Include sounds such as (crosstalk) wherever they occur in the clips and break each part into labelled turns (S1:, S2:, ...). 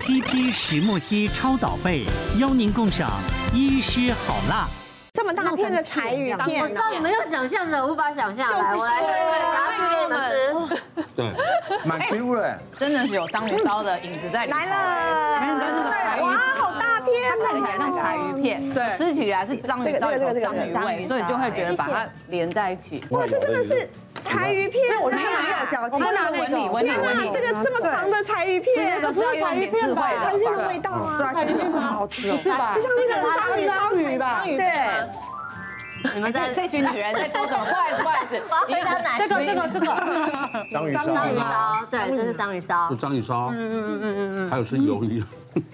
S1: CP 石墨烯超导被，邀您共赏医师好辣。
S2: 这么大片的柴鱼
S3: 我
S2: 片呢，
S3: 到没有想象的，无法想象来，我来拿出给你们吃。
S4: 对，蛮 Q 的，
S5: 真的是有章鱼烧的影子在里头。
S2: 来
S5: 哎
S2: 了，
S5: 你看那个柴鱼
S2: 哇，好大片
S5: 它看起来像柴鱼片，对，吃起来是章鱼烧里头
S2: 这个这
S5: 的章
S2: 个这
S5: 鱼
S2: 个章鱼
S5: 味，
S2: 烧
S5: 所以就会觉得把它连在一起。
S4: 哇，
S2: 这真的是柴鱼片，我没
S5: 我们拿纹理，纹理，
S2: 天
S5: 纹
S2: 啊，
S5: 理。
S2: 这个这么长的柴鱼片，
S5: 这个是要用一点智慧
S2: 柴鱼
S5: 的
S2: 片的味道啊，
S6: 柴鱼片蛮好吃哦，是吧？
S2: 就像那个章鱼烧
S6: 鱼吧，
S2: 对，
S3: 你们在
S5: 这群女人在说什么？不好意思，不好
S3: 我
S5: 意思，
S3: 要回答哪？这个这个这个
S4: 章
S3: 章
S4: 鱼
S3: 鱼
S4: 烧，
S3: 烧，对，这是章鱼烧
S4: 有。章鱼烧，
S3: 嗯嗯嗯嗯嗯嗯，
S4: 还有吃鱿鱼，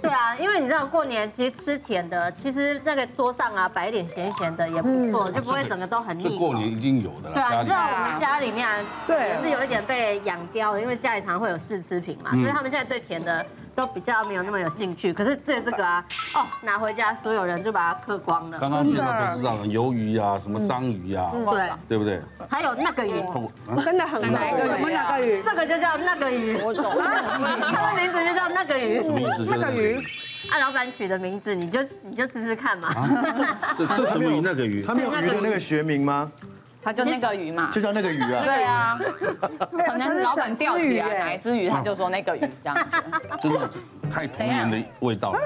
S3: 对啊，因为你知道过年其实吃甜的，其实那个桌上啊摆一点咸咸的也不错，就不会整个都很
S4: 这
S3: 腻。
S4: 过年已经有的了，
S3: 对啊，你知
S4: 家里
S3: 道我们家里面啊
S2: 对
S3: 也是有一点被养刁的，因为家里常会有试吃品嘛，所以他们现在对甜的都比较没有那么有兴趣。可是对这个啊，哦，拿回家所有人就把它嗑光了。
S4: 刚刚介绍就知道了，鱿鱼啊，什么章鱼啊，
S3: 对，
S4: 对不对？
S3: 还有那个鱼，
S4: 哦啊
S2: 真的很酷
S5: 哪一个鱼啊
S2: 什么哪个鱼？
S3: 这个就叫那个鱼，我懂 (laughs) 它的名字就叫那个鱼
S4: 什么意思？
S2: 那个鱼，
S3: 啊，老板取的名字，你就你就试试看嘛。
S4: 这这什么鱼？那个鱼
S7: 它没有鱼的那个学名吗？
S5: 它就那个鱼嘛
S7: 就。叫那个鱼啊。
S5: 对啊，可能老板
S2: 它是整
S5: 钓起
S2: 只鱼
S5: 来
S2: 耶
S5: 哪一只鱼，他就说那个鱼这样子。
S4: 真的太童年的味道了。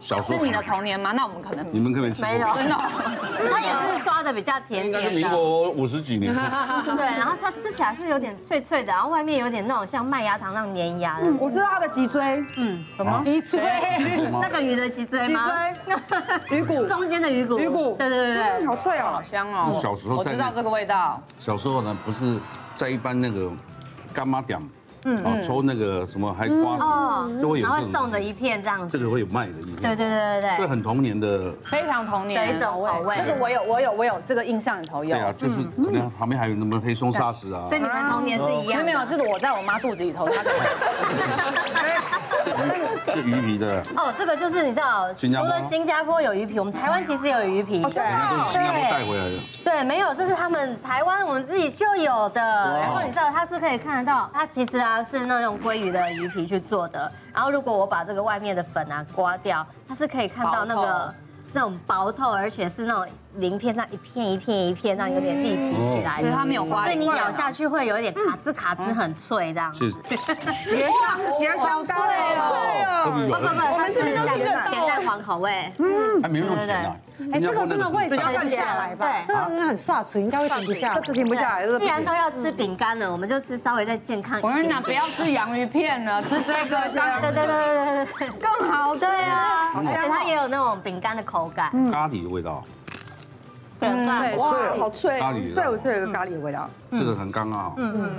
S4: 小时
S5: 是
S4: 候
S5: 你的童年吗？那我们可能
S4: 你们可没吃过
S3: 没有，
S5: 真的哦
S3: (laughs) 它也是刷的比较甜
S4: 应该是
S3: 甜
S4: 民
S3: 的，
S4: 国五十几年，
S3: 对，然后它吃起来是有点脆脆的，然后外面有点那种像麦芽糖那种粘牙的，
S6: 我知道它的脊椎，
S3: 嗯，
S4: 啊
S6: 脊椎，
S4: 有吗
S3: 那个鱼的脊椎吗？ (laughs)
S6: 椎鱼骨
S3: 中间的鱼骨，
S6: 鱼骨
S3: 对对对
S2: 嗯
S3: 对，
S6: 好脆哦
S5: 好。香哦。
S4: 小时候
S5: 我
S4: 在
S5: 知道这个味道，
S4: 小时候呢，不是在一般那个干妈店，嗯，抽那个什么还瓜子，都会有
S3: 然
S4: 这
S3: 后
S4: 种
S3: 送的一片这样
S4: 这
S3: 子，
S4: 个会有卖的一
S3: 对对
S4: 片，
S3: 对对
S4: 这
S3: 对，
S4: 很童年的，
S5: 非常童年
S3: 的一种口味
S5: 这个我有，我有，我有，这个印象里头有
S4: 对。啊，就是
S3: 嗯
S4: 可能旁边还有那么黑松沙石啊
S3: 所，以你们童年是一
S5: 没
S3: 样的，
S5: 有没有，就是我在我妈肚子里头，她在
S4: 这鱼皮的，
S3: 哦，这个就是你知道，除
S4: 新加坡
S3: 了新加坡有鱼皮，我们台湾其实也有鱼皮。
S4: 人家都是新加坡带回来的，
S3: 对，没有，这是他们台湾我们自己就有的。然后你知道它是可以看得到，它其实啊是那种鲑鱼的鱼皮去做的。然后如果我把这个外面的粉啊刮掉，它是可以看到那
S5: 薄
S3: 个
S5: 透
S3: 那种薄透，而且是那种鳞片上一片一片一片，那样有点立体起来
S5: 所以
S3: 的。
S5: 她没有花
S3: 所以
S5: 里
S3: 你
S5: 面
S3: 咬下去会有一点卡吱卡吱，很脆这样子。
S4: 是
S2: 你要挑
S3: 脆
S2: 到
S3: 哦！哦
S4: 不不
S3: 不不不，它是咸蛋黄口味。
S4: 还没有那么咸啊，
S6: 哎，这个真的会比较
S3: 很
S6: 慢下来吧？
S3: 对
S6: 这个真的很刷嘴，应该会停不下来。
S2: 这停不下来，这
S3: 既然都要吃饼干了，我们就吃稍微再健康一
S5: 我
S3: 点。
S5: 跟你讲，不要吃洋芋片了，吃这个刚
S3: 对对对对对对，更好。对啊，而且它也有那种饼干的口感，
S4: 咖喱的味道，
S3: 对吧？
S2: 对，哇，好脆
S4: 哦咖喱的
S2: 对，我这有个咖喱的味道，
S3: 嗯
S4: 这个很刚刚好，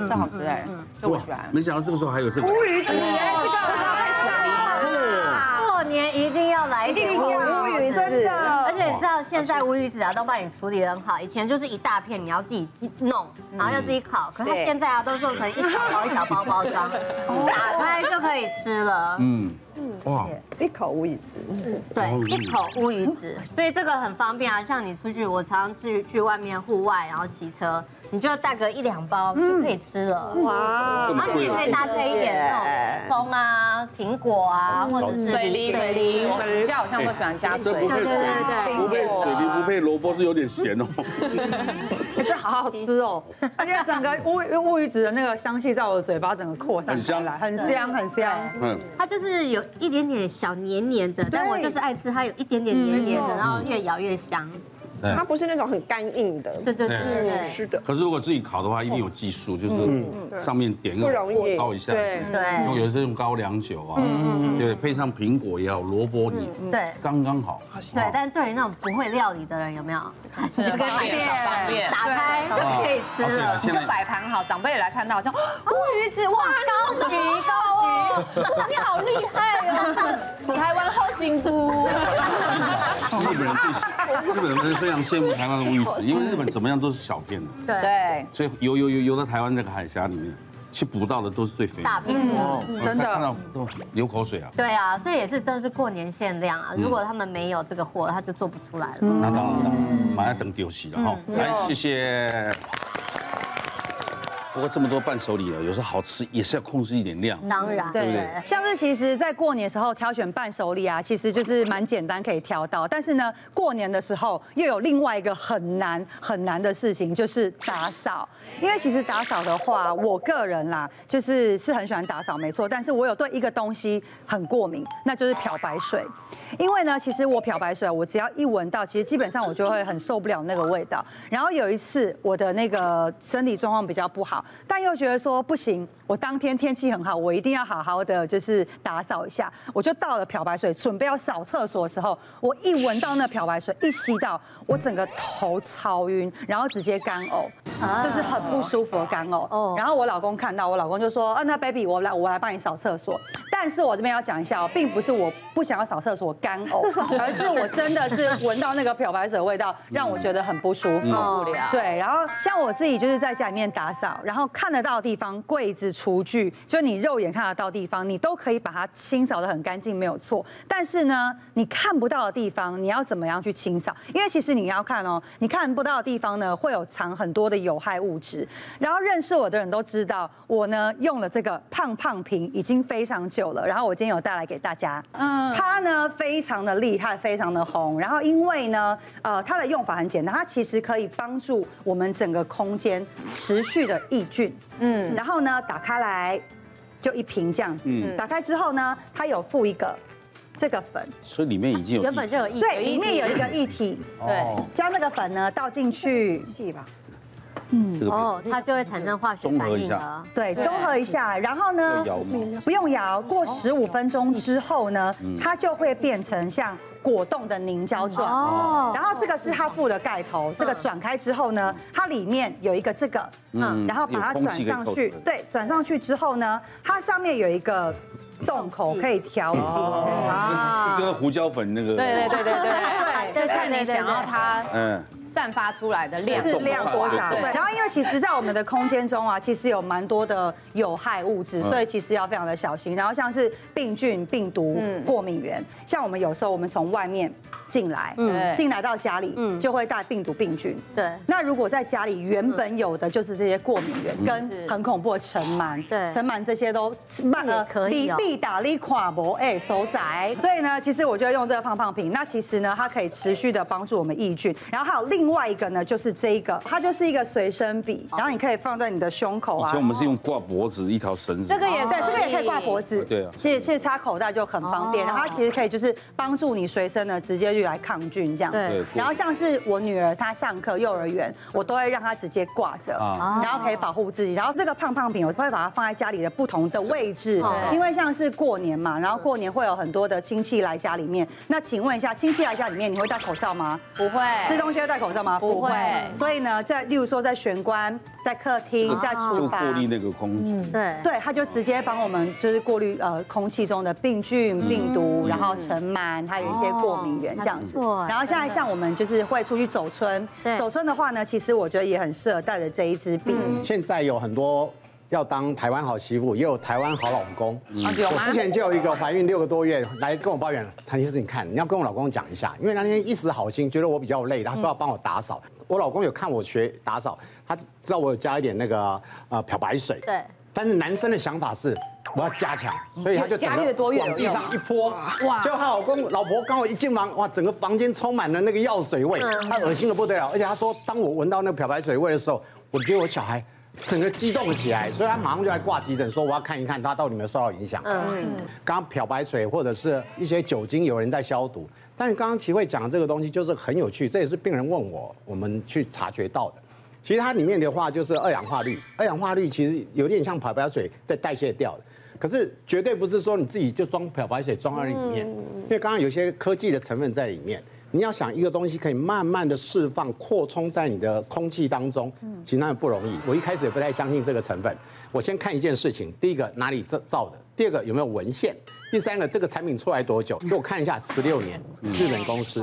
S5: 这好吃哎，就我喜欢。
S4: 没想到这个时候还有
S6: 哦
S4: 这个，
S2: 鱼子，
S3: 过年一定要来一点乌
S2: 哦
S3: 鱼子，
S2: 真的，
S3: 而且你知道现在乌鱼子啊都帮你处理得很好，以前就是一大片你要自己弄，然后要自己烤，可是它现在啊都做成一小包一小包包装，打开就可以吃了。
S4: 嗯，哇，
S2: 一口无以子，
S3: 对
S4: 哦，
S3: 一口乌鱼子，所以这个很方便啊。像你出去，我常常去去外面户外，然后骑车，你就带个一两包就可以吃了。哇！
S4: 这么
S3: 然后你
S4: 贵
S3: 也
S4: 啊
S3: 可以搭配一点那种葱啊、苹果
S6: 嗯
S3: 啊，或者是
S5: 水梨，水梨，我比较好像都喜欢加
S4: 这不
S5: 水。
S4: 配水，不配水梨，不配萝卜是有点
S3: (laughs)
S4: 咸哦，
S6: 这好好吃哦，而且整个乌鱼乌鱼子的那个香气在我的嘴巴整个扩散开来，很香很香。
S4: 嗯，
S3: 它就是有一点点小黏黏的，但我就是爱吃它有一点点黏
S6: 嗯
S3: 黏的，然后越咬越香。
S2: 它不是那种很干硬的，
S3: 对对对对
S2: 嗯，
S3: 对
S2: 是的，
S4: 可是如果自己烤的话，一定有技术，
S6: 嗯
S3: 嗯
S4: 就是上面点个
S2: 不容易
S4: 烧一下，
S6: 对
S4: 然后
S3: 对
S4: 有时候用高粱酒
S3: 嗯
S4: 啊，对，配上苹果也好，萝卜泥，
S3: 对
S4: 刚刚好。
S3: 嗯
S4: 啊
S3: 对。但对于那种不会料理的人，有没有？
S5: 是方便，方便。
S3: 打开就可以吃
S4: 啊
S3: 了。
S5: 你就摆盘好，长辈也来看到，像
S3: 乌鱼子哇，高级高哦 (laughs) 级，
S5: 你好厉害
S3: 啊
S5: 哦，是台湾好幸福。
S4: 日本人最，日本人非常羡慕台湾的乌
S3: (laughs)
S4: 鱼子，因为日本怎么样都是小片的，
S3: 对，
S5: 对，
S4: 所以游游游游到台湾那个海峡里面去捕到的都是最肥
S3: 大
S4: 的。
S3: 片。
S4: 我
S6: 真的
S4: 看到都流口水啊！
S3: 对啊，所以也是真的是过年限量
S4: 嗯
S3: 啊。如果他们没有这个货，他就做不出来
S6: 嗯
S3: 了。
S4: 那当
S3: 嗯
S4: 然，当然，马上等丢席了哈。来，谢谢。不过这么多伴手礼了，啊有时候好吃也是要控制一点量。
S3: 当然，
S4: 对不对
S6: 像是其实，在过年时候挑选伴手礼啊，其实就是蛮简单可以挑到。但是呢，过年的时候又有另外一个很难很难的事情，就是打扫。因为其实打扫的话，我个人啦，就是是很喜欢打扫，没错。但是我有对一个东西很过敏，那就是漂白水。因为呢，其实我漂白水，我只要一闻到，其实基本上我就会很受不了那个味道。然后有一次，我的那个身体状况比较不好，但又觉得说不行，我当天天气很好，我一定要好好的就是打扫一下。我就倒了漂白水，准备要扫厕所的时候，我一闻到那漂白水，一吸到，我整个头超晕，然后直接干呕，就是很不舒服的干
S3: 哦
S6: 呕。然后我老公看到，我老公就说：“啊，那 baby，我来，我来帮你扫厕所。”但是我这边要讲一下哦，并不是我不想要扫厕所干呕，
S3: (laughs)
S6: 而是我真的是闻到那个漂白水的味道，让我觉得很不舒服。
S3: 受不了
S6: 嗯对，然后像我自己就是在家里面打扫，然后看得到的地方，柜子、厨具，就你肉眼看得到的地方，你都可以把它清扫的很干净，没有错。但是呢，你看不到的地方，你要怎么样去清扫？因为其实你要看哦，你看不到的地方呢，会有藏很多的有害物质。然后认识我的人都知道，我呢用了这个胖胖瓶已经非常久了，然后我今天有带来给大家。嗯，它呢非常的厉害，非常的红。然后因为呢，呃，它的用法很简单，它其实可以帮助我们整个空间持续的抑菌。嗯，然后呢，打开来就一瓶这样子。嗯，打开之后呢，它有附一个这个粉，
S4: 所以里面已经有
S3: 原本就有意
S6: 对，里面有一个液体，
S4: 哦
S6: 将这个粉呢倒进去，
S2: 气吧，
S4: 这个
S3: 哦，它就会产生化学反应了。
S6: 对，综合一下，然后呢
S4: 摇吗，嗯
S6: 不用摇，过十五分钟之后呢，它就会变成像果冻的凝胶状。
S3: 哦
S6: 然，后这个是它附的盖头，这个转开之后呢，它里面有一个这个，
S4: 嗯
S6: 嗯，然后把它转上去，对，转上去之后呢，它上面有一个洞口可以调
S4: 哦
S6: 节。
S4: (laughs) 就跟胡椒粉那个
S5: 对对对对对，
S3: 对
S5: 就看你想要它
S4: 嗯，
S5: 散发出来的量。
S6: 是量多少？
S5: 对
S6: 对，然后因为其实，在我们的空间中啊，其实有蛮多的有害物
S3: 嗯
S6: 质，所以其实要非常的小心。然后像是病菌、病毒、
S3: 嗯
S6: 过敏源，像我们有时候我们从外面进来，
S5: 对
S6: 进来到家里，
S3: 嗯
S6: 就会带病毒、病菌。
S3: 对嗯
S6: 那如果在家里原本有的就是这些过敏源，跟很恐怖的尘螨，
S3: 对
S6: 尘螨这些都慢
S3: 也可以哦
S6: 必打力垮脖哎手仔。所以呢，其实我就用这个胖胖瓶。那其实呢，它可以持续的帮助我们抑菌。然后还有另外一个呢，就是这一个，它就是一个随身笔，然后你可以放在你的胸口
S4: 以
S6: 啊
S4: 前我。们是用挂脖子一条绳子，
S5: 这个也
S6: 哦对，这个也可以挂脖
S5: 子。
S6: 子，
S4: 对啊
S6: 其实其实插口袋就很方便。然
S5: 哦
S6: 后它其实可以就是帮助你随身的直接就来抗菌这样。
S3: 对
S4: 对
S6: 然后像是我女儿她上课幼儿园，我都会让她直接挂着，
S5: 哦
S4: 啊
S6: 然后可以保护自己。然后这个胖胖饼，我会把它放在家里的不同的位置，因为像是过年嘛，然后过年会有很多的亲戚来家里面。那请问一下，亲戚来家里面，你会戴口罩吗？
S5: 不会，
S6: 吃东西会戴口罩吗？
S5: 不会
S6: 所以呢，在例如说在玄关、在客厅、在
S4: 就
S6: 厨
S4: 过
S6: 房，
S4: 滤那个空
S6: 嗯
S4: 气，
S3: 对
S6: 对，它就直接帮我们就是过滤呃空气中的病菌、病毒，然后尘螨，还有一些过敏源这样
S3: 还
S6: 子
S3: 嗯不错哎。
S6: 然后现在像我们就是会出去走村
S3: 对，
S6: 走村的话呢，其实我觉得也很适合带着这一支笔。
S8: 现在有很多要当台湾好媳妇，也有台湾好老公。我之前就有一个怀孕六个多月来跟我抱怨，谭先生，你看你要跟我老公讲一下，因为那天一时好心觉得我比较累，他说要帮我打扫。我老公有看我学打扫，他知道我有加一点那个呃漂白水。
S3: 对。
S8: 但是男生的想法是我要加强，所以他就整
S5: 加越
S8: 个
S5: 多越有
S8: 往地上一泼，哇！就她老公老婆刚好一进房，哇，整个房间充满了那个药水味，
S5: 嗯
S8: 她恶心的不得了。而且她说，当我闻到那个漂白水味的时候，我觉得我小孩。整个激动起来，所以她马上就来挂急诊，说我要看一看她到底有没有受到影响。嗯，刚刚漂白水或者是一些酒精，有人在消毒。但是刚刚齐慧讲的这个东西就是很有趣，这也是病人问我，我们去察觉到的。其实它里面的话就是二氧化氯，二氧化氯其实有点像漂白水在代谢掉的，可是绝对不是说你自己就装漂白水装在里面，因为刚刚有些科技的成分在里面。你要想一个东西可以慢慢的释放、扩充在你的空气当中，其实那不容易。我一开始也不太相信这个成分。我先看一件事情，第一个哪里造造的，第二个有没有文献，第三个这个产品出来多久？给我看一下，十六年，日本公司，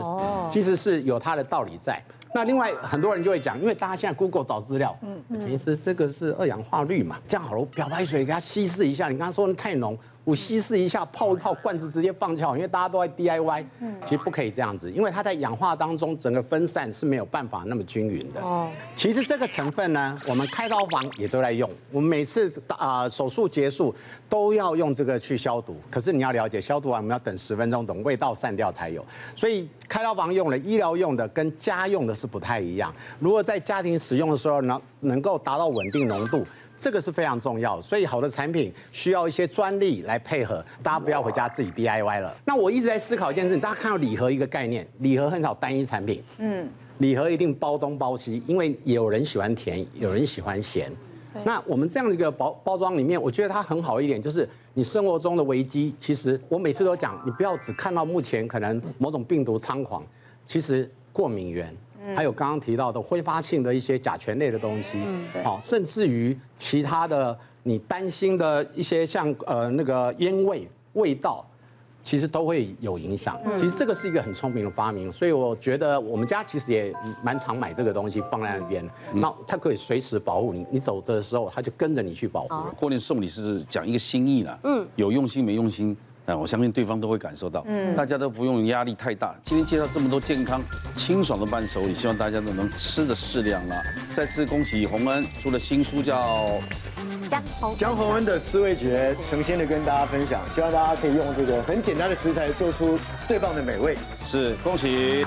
S8: 其实是有它的道理在。那另外很多人就会讲，因为大家现在 Google 找资料，嗯，陈医师这个是二氧化氯嘛，这样好了，我漂白水给它稀释一下。你刚刚说太浓，我稀释一下，泡一泡，罐子直接放就好，因为大家都在 DIY，其实不可以这样子，因为它在氧化当中，整个分散是没有办法那么均匀的。哦，其实这个成分呢，我们开刀房也都在用，我们每次啊、手术结束都要用这个去消毒，可是你要了解，消毒完我们要等十分钟，等味道散掉才有，所以开刀房用的、医疗用的跟家用的是不太一样。如果在家庭使用的时候呢，能够达到稳定浓度。这个是非常重要，所以好的产品需要一些专利来配合，大家不要回家自己 DIY 了。那我一直在思考一件事情，大家看到礼盒一个概念，礼盒很少单一产品，嗯，礼盒一定包东包西，因为有人喜欢甜，有人喜欢咸。那我们这样的一个包包装里面，我觉得它很好一点，就是你生活中的危机，其实我每次都讲，你不要只看到目前可能某种病毒猖狂，其实过敏源，还有刚刚提到的挥发性的一些甲醛类的东西，好，甚至于其他的你担心的一些像呃那个烟味味道。其实都会有影响。其实这个是一个很聪明的发明，所以我觉得我们家其实也蛮常买这个东西放在那边，那它可以随时保护你，你走的时候它就跟着你去保护了。
S4: 过年送礼是讲一个心意啦，嗯，有用心没用心。啊，我相信对方都会感受到，嗯，大家都不用压力太大。今天介绍这么多健康、清爽的伴手礼，希望大家都能吃的适量啦。再次恭喜洪恩出了新书，叫
S3: 江红
S7: 江宏恩的思维学诚心的跟大家分享，希望大家可以用这个很简单的食材做出最棒的美味。
S4: 是恭喜。